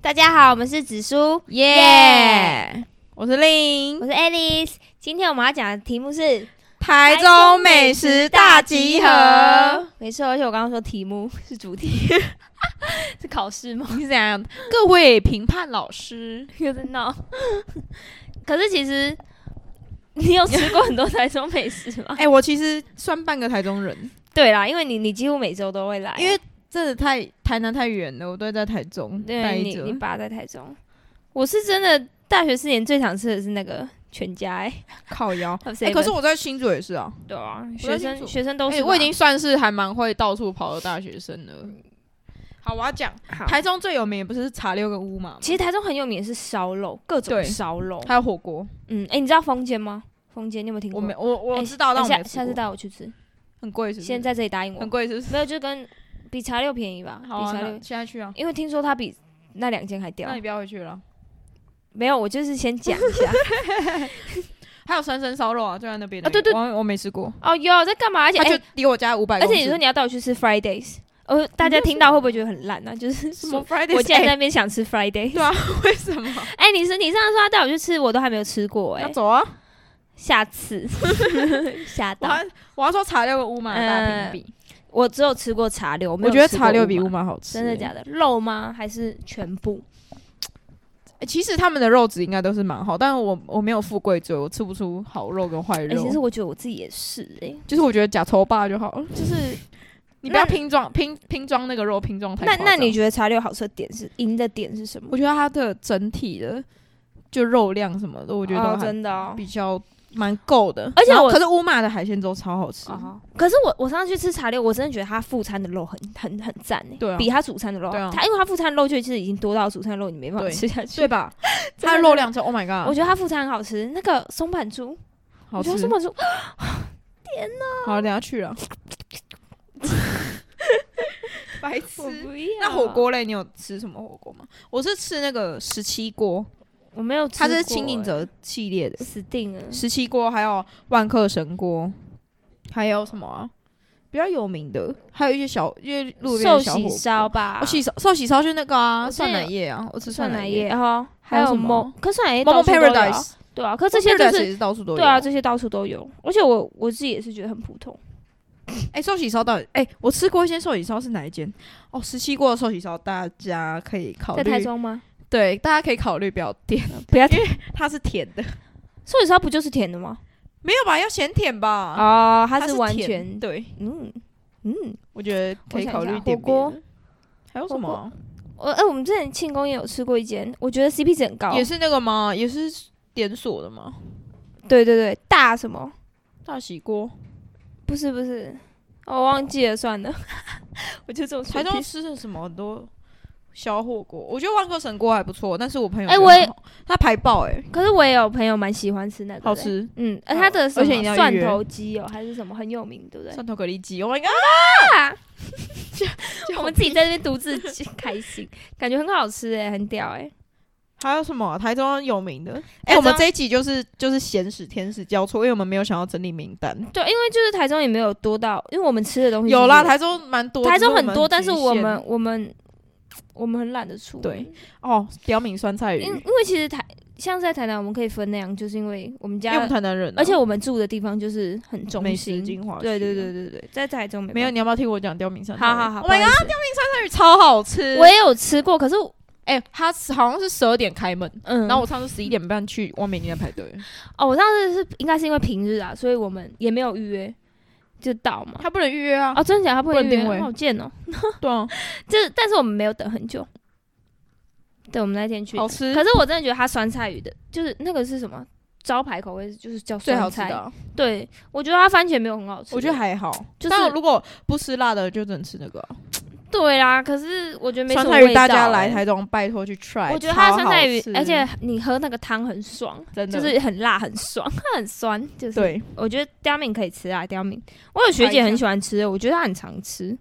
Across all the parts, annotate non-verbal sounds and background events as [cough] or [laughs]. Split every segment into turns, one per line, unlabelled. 大家好，我们是紫苏，
耶、
耶
我是令
我，是 Alice。今天我们要讲的题目是
台中美食大集合。，
没错，而且我刚刚说题目 [laughs] 是主题，是考试吗？ [laughs]
你是怎样？各位评判老师，
又在闹。 [laughs] 可是其实你有吃过很多台中美食吗
哎、？我其实算半个台中人，
[laughs] 对啦，因为你你几乎每周都会来，啊
因为真的太台南太远了，我都会在台中待
对你
着
你。爸在台中，我是真的大学四年最常吃的是那个全家、哎，
靠
[laughs]
腰，
还有
哎、可是
7-Eleven
我在新竹也是啊，
对啊，学
在新
生
竹
学生都
哎、
是、
我已经算是还蛮会到处跑的大学生了。好，我要讲
嗯好嗯
台中最有名也不是茶六跟乌马吗，
其实台中很有名的是烧肉，各种
对
烧肉。
还有火锅，
嗯，哎、你知道风间吗？风间你有没有听过？
我没我
哎
我知道，
那
但我没
下
有吃
下次
过
带我去吃，
很贵是不是？
先在这里答应我
很。贵是不是？
没有，就跟比茶六便宜吧，
好
比
啊，
茶
那
六，
现在去啊，
因为听说它比那两间还屌
那。你不要回去了。
没有，我就是先讲一
[laughs]
下。
还有三生烧肉啊，就在那边
啊对对
我我没吃过，
哦哟，在干嘛？而且、
它就
哎
离我家五百。
而且你说你要带我去吃 Fridays，呃，大家听到会不会觉得很烂呢、就是
什么 Friday？
我竟然在那边想吃 Fridays。
对啊，为什么？
[laughs] 哎、你是你上次说要带我去吃，我都还没有吃过
[laughs]
哎、
要走啊！
下次吓
我
到。
还我要说茶六跟乌马的大评比，
我只有吃过茶嗯六，我没
我
有
觉得
吃
茶
过
六比
乌
乌
马
马好吃，
真的假的？肉吗？还是全部？
的？哎其实他们的肉质应该都是蛮好，但我我没有富贵嘴，我吃不出好肉跟坏
哎、
肉
其。实我觉得我自己也是哎、
就是我觉得假丑霸就好了，
就是
你不要
那
拼装 [laughs] 拼拼装那个肉拼装太
那
夸
那
张
你觉得茶六好吃的点是赢的点是什么？
我觉得它的整体的就肉量什么的，我觉得
哦
都还
真的哦。
比较蛮够的。
而且
然后
我
可是乌马的海鲜粥超好吃，
哦可是我我上次去吃茶六，我真的觉得他副餐的肉很很很赞哎、
对啊
比他主餐的肉好，
对啊
他因为他副餐的肉就其实已经多到主餐的肉你没办法
对
吃下去，
对 [laughs] 吧？它的肉量真，Oh my god，
我觉得他副餐很好吃，那个松板猪，
好
我
吃
觉得。松板猪
好，等一下去了。 [laughs]
我
白痴。
不要啊
那火，锅类，你有吃什么火锅吗？我是吃那个十七锅，
我没有吃过
它
欸，
是清影者系列的
死定了，
十七锅，还有万客神锅，还有什么啊？比较有名的，还有一些小，因为路边
寿
的小火
喜
锅
烧，吧，
我喜烧寿喜烧就是那个啊，
我之
蒜
前
奶叶啊，我吃
蒜奶
奶
叶，哈，还
还有
有
什么
梦，可蒜奶叶
m
到
o
处都有啊
Paradise，
对啊，可这些就
Paradise
是
也是到处都有。
对啊，这些到处都有，而且我我自己也是觉得很普通。
哎、寿喜烧到底？哎、我吃过一间寿喜烧是哪一间？哦，十七锅的寿喜烧，大家可以考
在
虑。
台中吗？
对，大家可以考虑不要点，
不要
因为它是甜的，
寿喜烧不就是甜的吗？
没有吧？要咸甜吧？
哦，它
它
是
是
完
甜
全
对，
嗯嗯。
我觉得可以考虑
我想一下
点
火锅
别的。还有什么啊、
我哎、我们之前庆功也有吃过一间，我觉得 CP 值很高。
也是那个吗？也是连锁的吗？
对对对，大什么？
大喜锅，
不是不是，哦我忘记了，算了。 [laughs] 我就这种
台
随
中
便
吃的什么很多小火锅，我觉得万科神锅还不错，但是我朋友
哎
觉得
我也
很好它排爆哎、
可是我也有朋友蛮喜欢吃那个，
好。吃。哦
嗯，呃，它的
而
什么
且你要预
蒜
约
头鸡哦，还是什么很有名，对不对？
蒜头蛤蜊鸡，Oh my god！
啊！
[laughs] 就
我们自己在那边独自开心，感觉很好吃哎、很屌哎、
还有什么啊、台中有名的？
台
哎、
中
我们这一集就是就是咸食天使交错，因为我们没有想要整理名单。
对，因为就是台中也没有多到，因为我们吃的东西
有啦，
就是
台中蛮多，
台
只
中
我们
很多，但是
局限
我们我们我们很懒得出。
对，哦，刁民酸菜鱼，
因
因为
因为其实台像是在台南，我们可以分那样，就是因为我们
我们
家，
台南人啊、
而且我们住的地方就是很中
美食
心。
精华区啊，
对对对对对，在台中没
没有，
办
你要不，Oh 要听我讲刁民酸
法。
菜鱼？
好好好，
我们
不好意思
酸菜鱼超好吃。
我也有吃过，可是我
哎、它好像是十二点开门，
嗯，
然后我上次十一点半去，我每天在排 [laughs] 队。
哦，我上次是应该是因为平日啊，所以我们也没有预约就到嘛。
它不能预约啊，
哦，真的假的？他不
不
能
能
预约
定位
好贱哦！
对啊，
这但是我们没有等很久。对，我们那天去，
好吃，
可是我真的觉得它酸菜鱼的，就是那个是什么招牌口味，就是叫
最好
酸
吃的
菜。
啊、
对，我觉得它番茄没有很好吃，
我觉得还好。
就是
但如果不吃辣的，就只能吃那个啊、
对啦。可是我觉得没什
酸
么
菜
味道、
鱼，大家来
欸
台中拜托去 try。
我觉得它的
超
酸
好
菜鱼
吃，
而且你喝那个汤很爽，
真的
就是很辣很爽， [laughs] 它很酸，就是。，
对，
我觉得刁敏可以吃啊，刁敏。我有学姐很喜欢吃，我觉得她很常吃。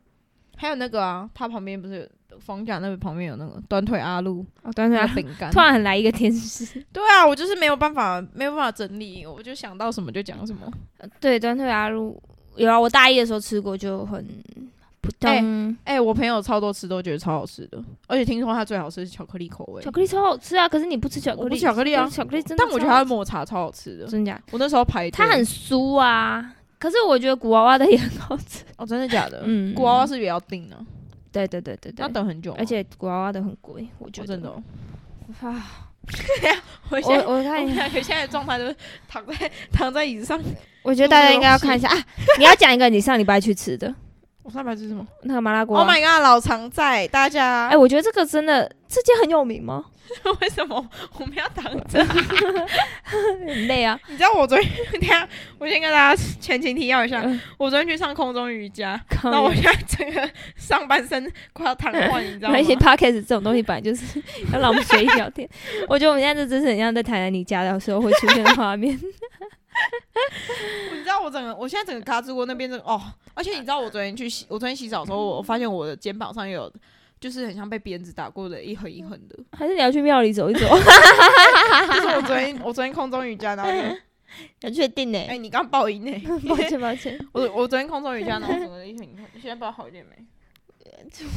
还有那个啊，它旁边不是有逢甲那边旁边有那个短腿阿露
哦，但是 [laughs]
那
她
个饼干
突，然很来一个天使，
对啊，我就是没有办法，没有办法整理，我就想到什么就讲什么。
对，端腿阿鲁有啊，我大一的时候吃过，就很扑通，
哎、我朋友超多吃都觉得超好吃的，而且听说它最好吃是巧克力口味
巧，克力超好吃啊！可是你不吃巧克
我不
力，
巧克力啊
可是巧克力真的
但
超好吃，
我觉得它的抹茶超好吃的。
真假，
我那时候排队，
它很酥啊。可是我觉得古娃娃的也很好
[laughs]
吃，
哦，真的假的？
嗯
古娃娃是比较定的、
对对对对
要
对，
等很久吗，
而且古娃娃的很贵，我觉
哦
得
真的哦、 [laughs]
啊，
我
我我看一下，
两个现在的状态就是躺在躺在椅子上。
我觉得大家应该要看一下啊。 [laughs] 你要讲一个你上礼拜去吃的
我上面是什么
那个麻辣锅啊、
？Oh my god！老常在，大家
哎，我觉得这个真的，这间很有名吗？
[laughs] 为什么我们要躺着？
很累啊，
[laughs] 你知道我昨天， [laughs] 等一下我先跟大家前情提要一下
嗯，
我昨天去上空中瑜伽，
[laughs] 靠
那我
腰
现在整个上半身快要瘫痪，你知 [laughs] 道吗
而？且 podcast 这种东西本来就是 [laughs] 要让我们随意聊
[laughs]
天。我觉得我们现在这真是很像在谈你家的时候会出现的画
[laughs]
面。
你知道我整个，我现在整个胳肢窝那边整个哦，而且你知道我昨天去 [laughs] 洗，我昨天洗澡的时候，我发现我的肩膀上有，就是很像被鞭子打过的一痕一痕的。
还是你要去庙里走
[laughs]
一走？
就是我昨天我昨天空中瑜伽，然后 [laughs]
要
就
确
[laughs]
定呢、
哎、你刚报音呢、
抱歉抱
[laughs]
歉，
我我昨天空中瑜伽，然后整个一 [laughs] 很，现在不知道好一点没？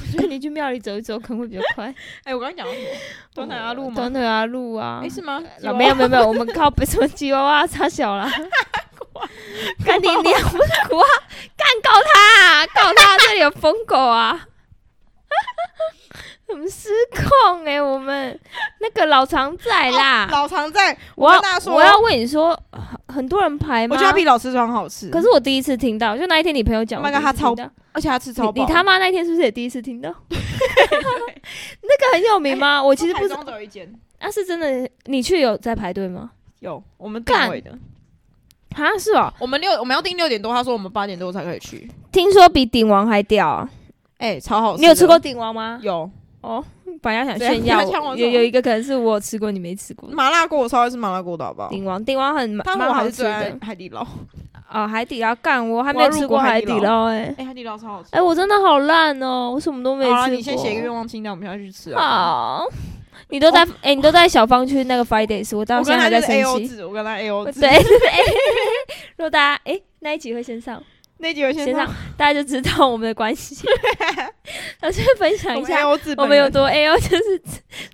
我觉得你去庙里走一走可能会比较快。
哎、我刚刚讲到什 [laughs] 么？短腿阿路吗？
短腿阿路啊
哎、。是吗？
啊没有没有没有，我们靠什么吉娃娃差小啦。干你娘！我是苦啊！干告他、啊，告他！这里有疯狗啊！ [laughs] 我们失控哎、我们那个老常在啦。
[laughs] 老常在，
我
跟大家
要
说
我要问你说，很很多人排吗？
我觉得它比老师装好吃，
可是我第一次听到，就那一天你朋友讲，
Oh my
我第一
god，他
次听
超
到
而且它吃超
你
饱。
你他妈那一天是不是也第一次听
[laughs]
到？那个很有名吗？我其实不
台
知道，
中只有一间，
那、是真的。你去有在排队吗？
有我们定位的，
啊，是哦，
我们六我们要定六点多，他说我们八点多才可以去。
听说比鼎王还屌啊！
哎、超好吃的！
你有吃过鼎王吗？
有
哦，本来想
怎样
炫耀
你要呛我
我，有
什么
有一个可能是我吃过，你没吃过。
麻辣锅？我超爱吃麻辣锅的好不好？
鼎王，鼎王很蛮
但我
蛮
还
好
是
吃
最爱
的
海底捞。
哦，海底捞干，我还没
我要
有
入
吃
锅
过
海
海
底
底捞
捞
哎、
哎、海底捞超好吃。
哎、我真的好烂哦，我什么都没吃
好
过。
啦，你先写一个愿望清单，我们要去吃啊。
好，哦你都在哎、你都在小芳区那个 Fridays，我到
我
现在
跟他
还在
就是
生
A O
气。
制，我跟他 A O 制。
对， [laughs] 如果大家哎、那一集会先上，
那集我
先
先
上，大家就知道我们的关
[laughs]
系。我先分享一
我们 A
下
O 制
我
本
们有
人，
多 A O，就是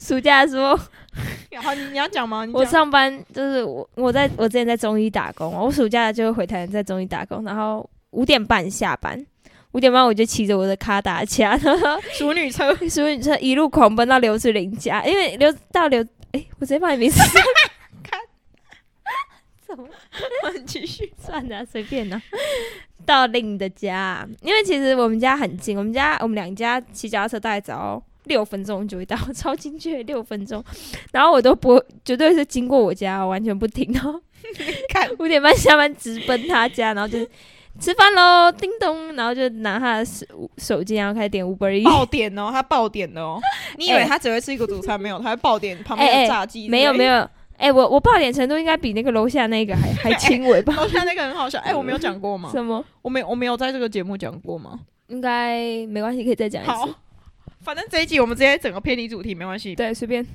暑假的时候，
[laughs] 好，你你要讲吗？你
我
讲
上班就是我我在我之前在中医打工，我暑假就会回台南在中医打工，然后五点半下班。五点半我就骑着我的卡达卡，然后
熟女车，
所以你车一路狂奔到刘志玲家，因为刘到刘，哎、我直接把你名字
看，
怎么
你 [laughs] 继续。
算了、随便啦、到令的家，因为其实我们家很近，我们家我们两家骑脚踏车大概只要六分钟就会到， [laughs] 超精确六分钟。然后我都不绝对是经过我家，我完全不停哦。
看
五点半下班直奔他家，然后就是吃饭喽，叮咚，然后就拿他的手手机，然后开始点 Uber E。
爆点哦，他爆点的哦。 [laughs] 你以为
哎
他只会吃一个主餐没
[laughs]
有？他会爆点旁
哎
边
哎
的炸鸡。
没有没有，哎、我我爆点程度应该比那个楼下那个还
[laughs]
还轻微吧？
有。楼下哦那个很好笑，哎，我
[laughs]
没有讲过吗？
什么？
我没我没有在这个节目讲过吗？
应该没关系，可以再讲一次。
好，反正这一集我们直接整个偏离主题没关系。
对，随便。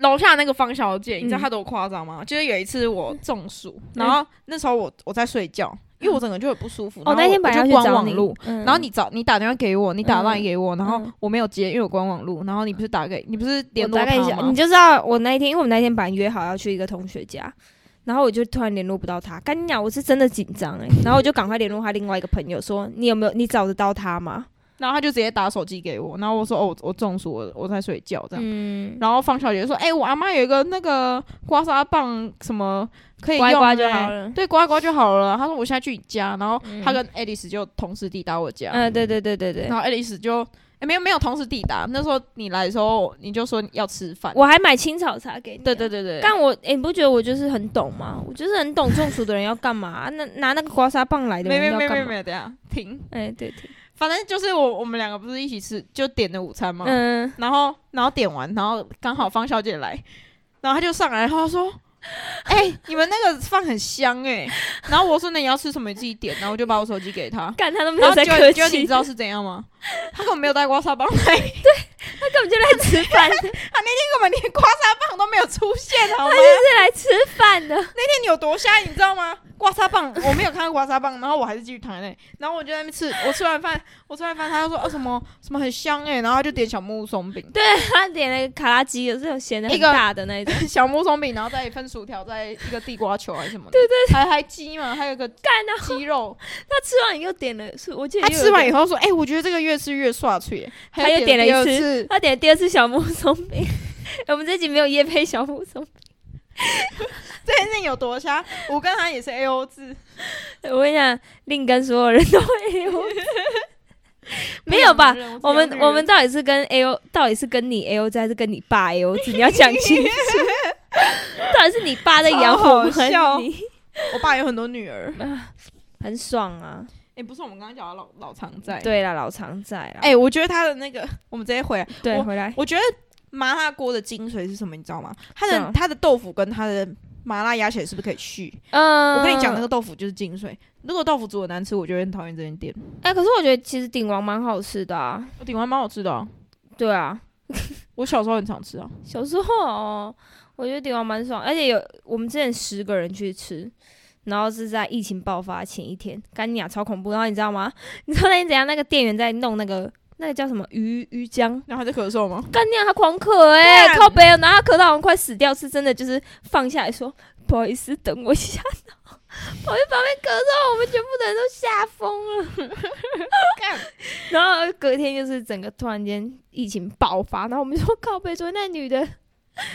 楼下那个方小姐，你知道
嗯
她多夸张吗？就是有一次我中暑，
嗯
然后那时候我我在睡觉，因为我整个就很不舒服。
哦，那天本来
然
要
后
去找
我我就关网
你
路，，
嗯
然后你找你打电话给我，你打
嗯
line 给我，然后
嗯
我没有接，因为我关网路。然后你不是打给你不是联
我
络
大概
他
想，
吗
你？就知道我那一天，因为我们那一天本来约好要去一个同学家，然后我就突然联络不到他，干你讲，我是真的紧张哎，然后我就赶快联络他另外一个朋友说，你有没有你找得到他吗？
然后他就直接打手机给我，然后我说哦，我我中暑，我我在睡觉这样。
嗯，
然后方小姐就说：“哎、我阿妈有一个那个刮痧棒，什么可以用、
乖
欸，
乖就好了。
对，刮一刮就好了。”她说：“我现在去你家。”然后她跟 Alice 就同时抵达我家。
嗯，对对对对对
然，后爱丽丝就哎、没有没有同时抵达，那时候你来的时候你就说要吃饭，
我还买青草茶给你啊。
对对对对，
但我、诶你不觉得我就是很懂吗？我就是很懂中暑的人要干嘛、啊那拿那个刮痧棒来的
没
人
没
要
没没
干
没
嘛？
有，等一下停，
哎、对对，
反正就是我我们两个不是一起吃就点的午餐嘛，
嗯，
然后然后点完，然后刚好方小姐来，然后她就上来，然后她
[laughs]
说。哎、你们那个饭很香哎、然后我说那你要吃什么你自己点，然后我就把我手机给她，
干他 [laughs] 都没
然
有
后
在
就
客气，
就你知道是怎样吗？她根本没有带刮痧棒来，她
[laughs] 他根本就来吃饭，
[laughs]
的，
根本连刮痧棒都没有出现，好吗？
是来吃饭的。 [laughs]
那天你有多瞎，你知道吗？刮痧棒，我没有看到刮痧棒，然后我还是继续躺在那里，然后我就在那边吃，我吃完饭，我吃完饭，他就说、哦、什么什么很香哎、然后他就点小木屋松饼，
对他点那个卡拉鸡，有是有咸的很
一个
大的那一种，
[laughs] 小木屋松饼，然后再一份薯条，再一个地瓜球还是什么的，对对还还鸡嘛，还有个
干然后
鸡肉，
他吃完又点了，是我记得
[laughs] 他
又有
吃完
点
以后说，哎、我觉得这个越吃越刷脆，
他又点了
第二
一次
[laughs] 次，
他点第二次小木松饼。 [laughs] 我们这集没有夜配小木松
这件事哎情有多瞎，我跟他也是 A O 制，
饼， [laughs] 我跟你讲，令跟所有人都会 A O，没有吧？
忍无
我们
可忍
我们到底是跟 A O，到底是跟你 A O 制还是跟你爸 A O 制？你要讲清 [laughs] 楚，到底是你爸在养我们，
超好笑
还是你
我爸有很多女儿，
很爽啊！
哎、不是我们刚刚讲的老老常在，，啊
对啦，老常在啦，
哎、我觉得他的那个，我们直接回来，
对，
我
回来
我觉得麻辣锅的精髓是什么，你知道吗？它
是
的
啊
它的豆腐跟它的麻辣鸭血是不是可以续？
嗯，
我跟你讲，那个豆腐就是精髓。如果豆腐煮的难吃，我就会很讨厌这间店。
哎、可是我觉得其实鼎王蛮好吃的啊。
我顶完蛮好吃的、啊，
对啊，
我小时候很常吃啊。
小时候哦，我觉得鼎王蛮爽，而且有我们之前十个人去吃，然后是在疫情爆发前一天，干你啊，超恐怖。然后你知道吗？你知道那天怎样？那个店员在弄那个那个叫什么鱼鱼浆，
然后还在咳嗽吗？
干你啊，他狂咳哎、
干
靠背哦，然后他咳到好像快死掉，是真的就是放下来说不好意思，等我一下。我在旁边咳嗽，我们全部的人都吓疯 [laughs] 了。
[laughs] 干，
然后隔天就是整个突然间疫情爆发，然后我们说靠背说那女的，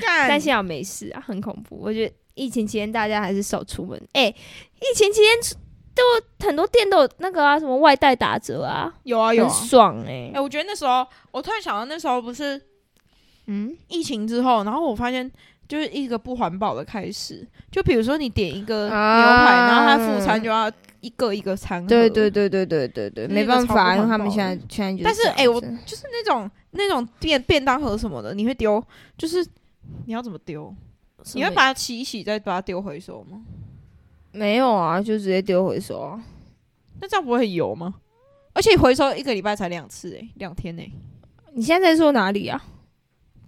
干
但幸好没事啊，很恐怖。我觉得疫情期间大家还是少出门。哎、疫情期间都很多店都有那个啊，什么外带打折啊，
有啊有
很
啊。
爽哎、
哎、我觉得那时候，我突然想到那时候不是
嗯，
疫情之后，然后我发现就是一个不环保的开始。就比如说你点一个牛排，
啊
然后它副餐就要一个一个餐盒
对对对对对对对，
这是
没
一个
办
超
法，
不
因为
环
他们
保
现
的
在现在就是
但是
这样
哎我
子
就是那种那种便便当盒什么的，你会丢，就是你要怎么丢？
什
你会
么
把它洗一洗，再把它丢回收吗？
没有啊，就直接丢回收啊。
那这样不会很油吗？而且回收一个礼拜才两次、欸，哎，两天呢、
你现在在说哪里啊？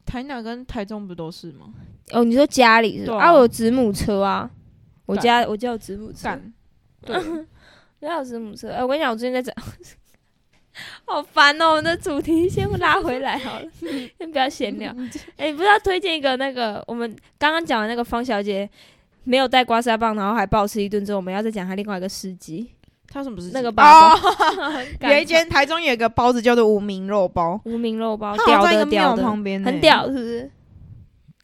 台南跟台中不都是吗？
哦，你说家里是吧？
对
啊，
啊
我有子母车啊，我
干
家我家有子母车，
干，对，
我家有子母车。哎、我跟你讲，我最近在讲， [laughs] 好烦哦，我们的主题先拉回来好
[laughs]
了，先不要闲聊。哎、不是要推荐一个那个我们刚刚讲的那个方小姐没有带刮痧棒，然后还暴吃一顿之后，我们要再讲她另外一个司机，
他什么是
那个
包？
包 [laughs]
哦有一间台中有一个包子叫做无名肉包，
无名肉包，
它
屌
好像在一
的
个
屌
庙
的，
旁边、
很。屌是不是？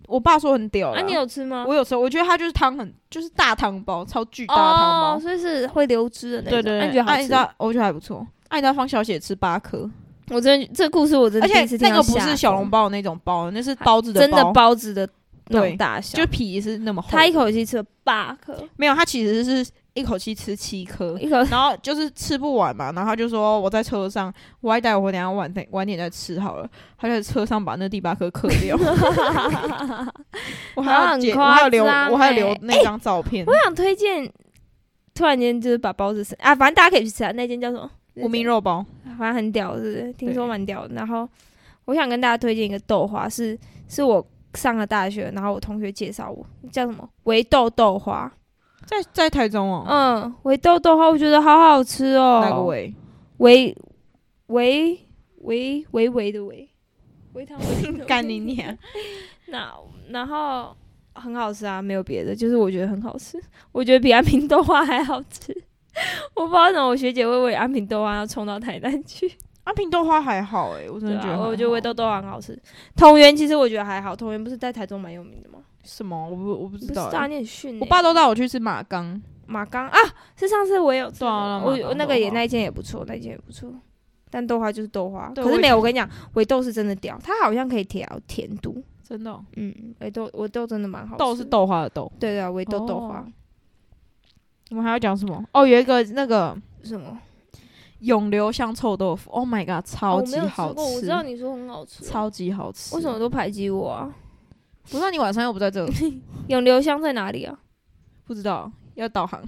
我爸说很屌啦。
啊，你有吃吗？
我有时候我觉得它就是汤很，就是大汤包，超巨 [laughs] 大的汤包。
哦，所以是会流汁的那种。
对对
那
对，
你觉得好
啊
吃？
你知道，我觉得还不错。啊，你知道方小姐吃八颗，
我真的这个故事我真的
而
第一次
且
听
那
到
个不
吓
是小
疯
笼包的那种包，那是包子的
真
包，
的包子的那种
对
大小，
就皮是那么厚。
他一口气吃了八颗，
没有，他其实是一口气吃七颗， [laughs]
一口
然后就是吃不完嘛，然后他就说我在车上，我还带我等一下晚点晚点再吃好了。他就在车上把那第八颗嗑
[laughs]
掉，我还
啊
要
很
剪，我
夸
还要留，
张
我还要
欸
留那张照片。
我想推荐，突然间就是把包子吃啊，反正大家可以去吃啊，那间叫什么？
无名肉包，
反正很屌，是不是？听说蛮屌的。然后我想跟大家推荐一个豆花，是是我上了大学，然后我同学介绍我，叫什么维豆豆花。
在在台中哦，
嗯，维豆豆花我觉得好好吃哦。
哪个？维？
维维维维维的维，维汤
[laughs]
维的维
干你
[laughs]
娘！
那然后很好吃啊，没有别的，就是我觉得很好吃，我觉得比安平豆花还好吃。我不知道为什么我学姐会为安平豆花要冲到台南去，
阿啊平豆花还好哎，我真
对
的觉
啊
得，还
我觉得
好
味豆豆花很好吃。同源其实我觉得还好，同源不是在台中蛮有名的吗？
什么？我不我不
不
知
知
道
道，
欸。
你很逊欸、
我爸都带我去吃马缸，
马刚啊，是上次我也有吃的，
对啊
我
马
我
刚
那个也
豆花
那一间也不错，那一间也不错。但豆花就是豆花，
对
可
我
是
也
没
觉
有。
得
我跟你讲，维豆是真的屌，它好像可以调甜度。
真的哦
嗯，维豆维豆真的蛮好吃。
豆是豆花的豆。
对对啊，维豆豆
哦
花、
我们还要讲什么？哦，有一个那个
什么？
永流香臭豆腐，Oh my god，超
哦我没
级
有
好
吃过，我知
吃，
道你说很好吃，哦
超级好吃。
为什么？都排挤我啊？
不知道你晚上又不
[laughs]
在这，
永流香在哪里啊？
不知道要导航，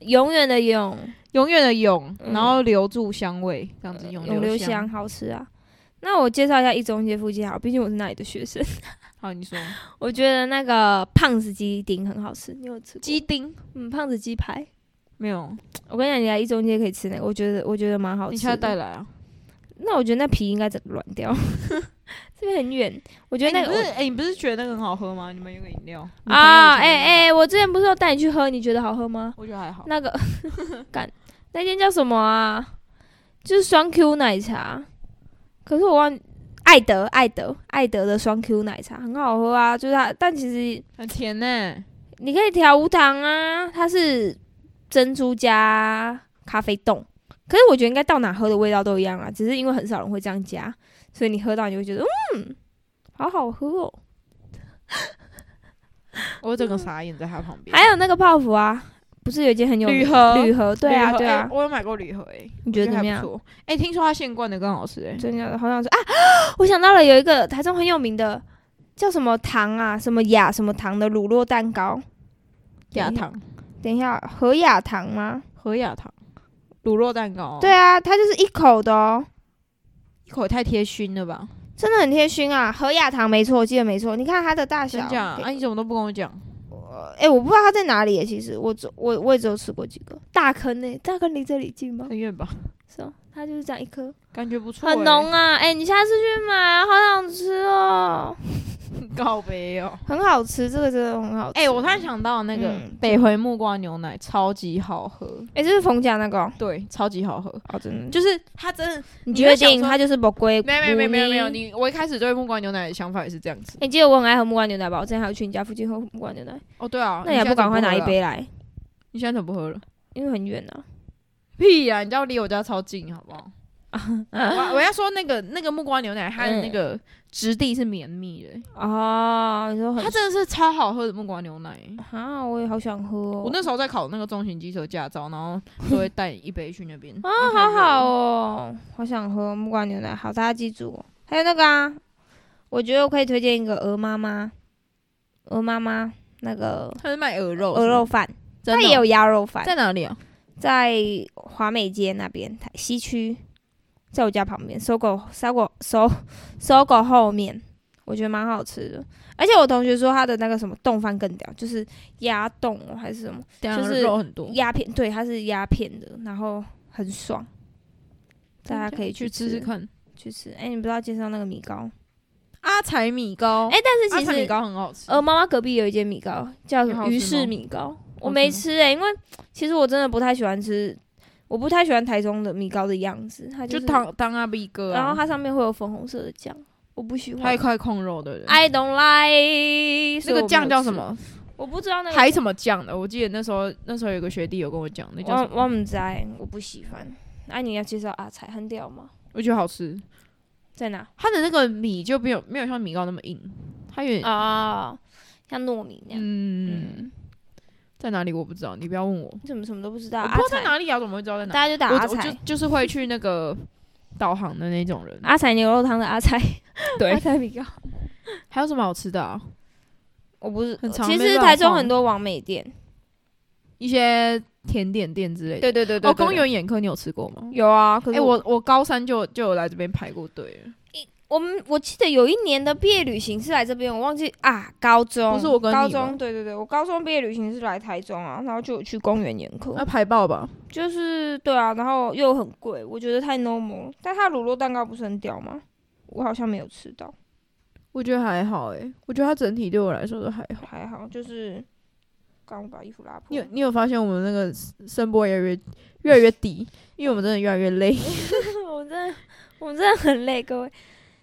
永远的永，
永远的永，
嗯呃
然后留住香味，这样子永
永流
香。
香好吃啊。那我介绍一下一中街附近好，毕竟我是那里的学生。 [laughs]
好，你说
我觉得那个胖子鸡丁很好吃，你有吃过？
鸡丁
嗯，胖子鸡排。
没有？
我跟你讲，你来一中街可以吃那个，我觉得我觉得蛮好
你
吃
现在
的。
带来啊？
那我觉得那皮应该整个软掉，
[laughs]
这边很远。我觉
哎
得那
你
个
不是
我
哎，你不是觉得那个很好喝吗？你们有个饮料
啊，哎哎、，
你朋友以前有买
我之前不是有带你去喝，你觉得好喝吗？
我觉得还好。 [laughs]
那个干那间叫什么啊？就是双 Q 奶茶，可是我忘爱德爱德爱德的双 Q 奶茶很好喝啊，就是它，但其实
很甜呢，
你可以调无糖啊，它是珍珠加咖啡冻。可是我觉得应该到哪喝的味道都一样啊，只是因为很少人会这样加，所以你喝到你会觉得，嗯，好好喝哦。
我整个傻眼在他旁边。
还有那个泡芙啊，不是有一间很有
嗯铝
名
盒
铝盒，对啊
铝盒
对
哎
啊，
我有买过铝盒哎，
你觉得怎么
我
样
还？不错？哎，听说它现灌的更好吃哎，
真的好想说啊！ [gasps] 我想到了有一个台中很有名的叫什么糖啊，什么雅什么糖的乳酪蛋糕。
雅堂
等一下，和雅糖吗？
和雅堂乳酪蛋糕，
对，啊，它就是一口的哦，
一口也太贴心了吧？
真的很贴心啊。和雅糖没错，我记得没错。你看它的大小，
真假？啊，你怎么都不跟我讲？
哎、我不知道它在哪里耶。其实我只我我也只有吃过几个大坑呢、大坑离这里近吗？
很远吧？
是哦，它就是这样一颗，
感觉不错，
很浓，啊。哎、你下次去买，好想吃哦，
[laughs] 告别哦。
很好吃，这个真的很好吃。
哎、我突然想到那个、
嗯
北回木瓜牛奶，超级好喝，
哎、这是冯甲那个哦，
对，超级好喝，
哦真的。
就是它真的
你
你会
决
想
定
说
它就是不龟，
嗯没有没有没有没有没有，
你。
你我一开始对木瓜牛奶的想法也是这样子。
你记得我很爱喝木瓜牛奶吧？我之前还有去你家附近喝木瓜牛奶，
哦，对啊，
那你还
现在
不赶快
怎么
拿一
喝了啊？
杯来？
你现在怎么不喝了？
因为很远啊。
屁呀、你知道离我家超近，好不 [laughs] 好？我我要说那个那个木瓜牛奶，它的那个质地是绵密的、
哦，你说很
它真的是超好喝的木瓜牛奶。
啊，我也好想喝
我
哦。
那时候在考那个重型机车驾照，然后都会带一杯去那边。啊，
好好哦，好想喝木瓜牛奶。好，大家记住哦。还有那个啊，我觉得我可以推荐一个鹅妈妈，鹅妈妈那个
它是卖鹅肉，
鹅肉，饭，
真
它
的哦
也有鸭肉饭，
在哪里啊？
在华美街那边台西区，在我家旁边，搜狗搜狗搜搜狗后面，我觉得蛮好吃的。而且我同学说他的那个什么冻饭更屌，就是鸭冻哦还是什么
就
就是
是啊肉很多，
鸭片，对，它是鸭片的，然后很爽，大家可以
去
去
吃吃看。
去吃。哎、你不知道介绍那个米糕，
阿财米糕，
哎、但
哦阿
是其
财米
实
糕很好吃。
呃，妈妈隔壁有一间米糕叫什
好
么
吃吗
鱼氏米糕，我
吗
没吃哎、因为其实我真的不太喜欢吃，我不太喜欢台中的米糕的样子，它
就是当当阿 B 哥啊，
然后它上面会有粉红色的酱，我不喜
还有
欢
一。块控肉的人，
I don't like
那
哎所以我没有吃。
个酱叫什？么？
我不知道那个
还什么酱的？我记得那时候那时候有个学弟有跟我讲，那叫什
我
么？
我不知道，我不喜欢。哎、你要介绍阿彩很屌吗？
我觉得好吃，
在哪？
它的那个米就没有没有像米糕那么硬，它有点
哦，像糯米那样。
嗯，在哪里我不知道，你不要问我，我
你怎么什么都不知道？
不
阿
知道在
彩，
哪里啊，怎么会知道在
大
哪？
家就打
我
阿
我就
彩，
就是会去那个导航的那种人。
阿彩牛肉汤的阿彩，阿
[laughs] 对，
彩米糕。
还有什么好吃的啊？
我不是，
很常
呃其
被
实
乱
台中
晃
很多王美店。
一些甜点店之类的。
对对对
哦，公园眼科你有吃过吗？
有啊，可
哎、
是我
我我高三就就有来这边排过队了，
我们我记得有一年的毕业旅行是来这边，我忘记啊，高中
不是我跟你吗
高中，对对对，我高中毕业旅行是来台中啊，然后就有去公园眼科，
那、啊排爆吧？
就是对啊，然后又很贵，我觉得太 normal 了。但它乳酪蛋糕不是很屌吗？我好像没有吃到，
我觉得还好哎、我觉得它整体对我来说都还好。
还好，就是刚我把衣服拉
你
破
有，你有发现我们那个声波越来越越来越 [laughs] 低，因为我们真的越来越 [laughs] 累，
[laughs] 我真的我真的很累，各位。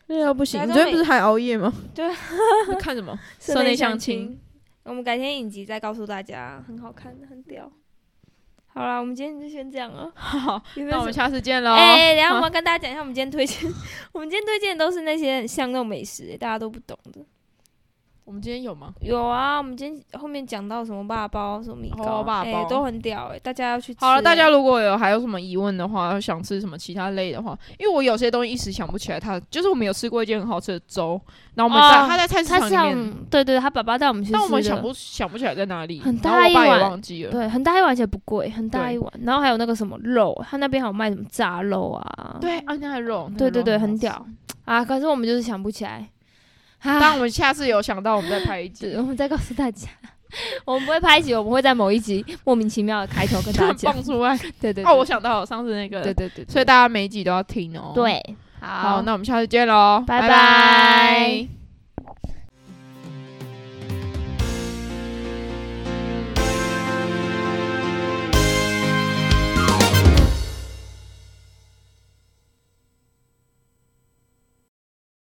累到啊不行。
台
你
中
昨天不是还熬夜吗？
对，
[laughs] 你看什么？
室
啊内
内
相
相
亲
亲，我们改天影集再告诉大家，很好看，很屌。好啦，我们今天就先这样了。
[laughs] 好，
有没有
那我
什
们
么
下次哦见喽。
哎、等一
[laughs]
下我们要跟大家讲一下，我们今天推荐，我们今天推荐的都是那些很巷弄美食、大家都不懂的。
我们今天有吗？
有啊，我们今天后面讲到什么霸包、什么米糕，
哦霸
哎
包
都很屌哎、大家要去吃、
好了，大家
哎
如果有还有什么疑问的话，想吃什么其他类的话，因为我有些东西一时想不起来它，就是我们有吃过一件很好吃的粥，然后我们在、
哦
它在菜市
他
场里面，
像对对，他爸爸带我们去吃
但
的，
我们想不想不起来在哪里，
很
然后
大
我
一
爸也
碗
忘记了。
对，很大一碗，而且不贵，很大
对
一碗。然后还有那个什么肉，他那边还有卖什么炸肉啊，
[laughs] 对，啊，那个肉，那个
对对
肉
对，
好
很
吃
屌啊！可是我们就是想不起来。啊
当我们下次有想到，我们再拍一集
对，。我们再告诉大家， [laughs] 我们不会拍一集，我们会在某一集莫名其妙的开头
[laughs]
跟
突
大家
然
讲。
蹦出来
[laughs] 对对对
哦，我想到了上次那个，
对对对，对
所以大家每一集都要听哦。，
对，
好，那我们下次见喽，
拜
拜
拜